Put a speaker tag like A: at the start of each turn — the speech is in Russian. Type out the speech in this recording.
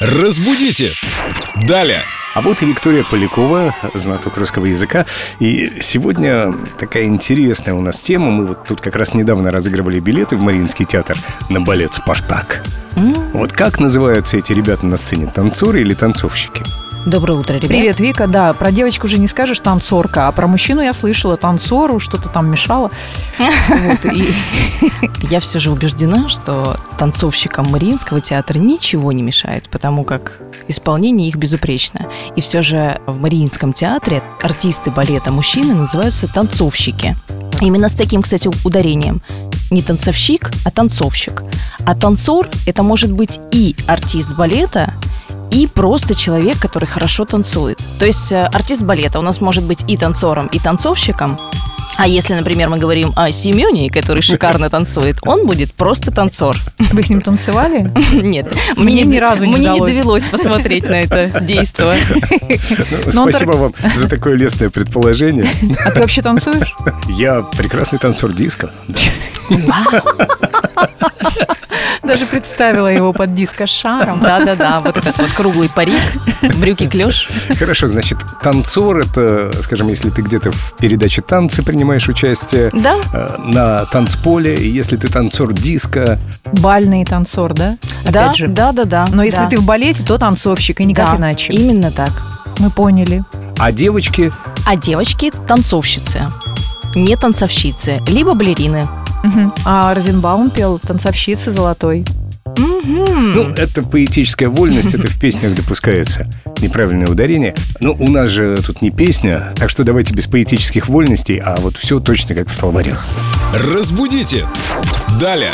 A: Разбудите! Далее!
B: А вот и Виктория Полякова, знаток русского языка. И сегодня такая интересная у нас тема. Мы вот тут как раз недавно разыгрывали билеты в Мариинский театр на балет «Спартак». Вот как называются эти ребята на сцене? Танцоры или танцовщики?
C: Доброе утро, ребят.
D: Привет, Вика. Да, про девочку уже не скажешь танцорка, а про мужчину я слышала танцору, что-то там мешало. Вот, и-
C: Я все же убеждена, что танцовщикам Мариинского театра ничего не мешает, потому как исполнение их безупречно. И все же в Мариинском театре артисты балета мужчины называются танцовщики. Именно с таким, кстати, ударением. Не танцовщик, а танцовщик. А танцор – это может быть и артист балета, и просто человек, который хорошо танцует. То есть э, артист балета у нас может быть и танцором, и танцовщиком. А если, например, мы говорим о Семене, который шикарно танцует, он будет просто танцор.
D: Вы с ним танцевали?
C: Нет,
D: Мне ни разу не
C: мне не
D: удалось.
C: довелось посмотреть на это действо.
B: Ну,
D: Но он
B: спасибо вам за такое лестное предположение.
D: А ты вообще танцуешь?
B: Я прекрасный танцор диска.
D: Даже представила его под дискошаром.
C: Да-да-да, вот этот вот круглый парик, брюки клеш.
B: Хорошо, значит, танцор это, скажем, если ты где-то в передаче танцы принимаешь участие,
C: Да,
B: э, на танцполе, и если ты танцор диска,
D: Бальный танцор, да?
C: да,
D: Опять же.
C: да, да, да.
D: Но если
C: да.
D: ты в балете, то танцовщик, и никак
C: Да,
D: иначе.
C: Именно так.
D: Мы поняли.
B: а девочки
C: А девочки танцовщицы, не танцовщицы, либо балерины.
D: Мгм. А Розенбаум пел «Танцовщицы золотой».
C: Мгм.
B: Ну, это поэтическая вольность, это в песнях допускается. Неправильное ударение. Но у нас же тут не песня, так что давайте без поэтических вольностей, а вот все точно как в словарях.
A: Разбудите! Далее!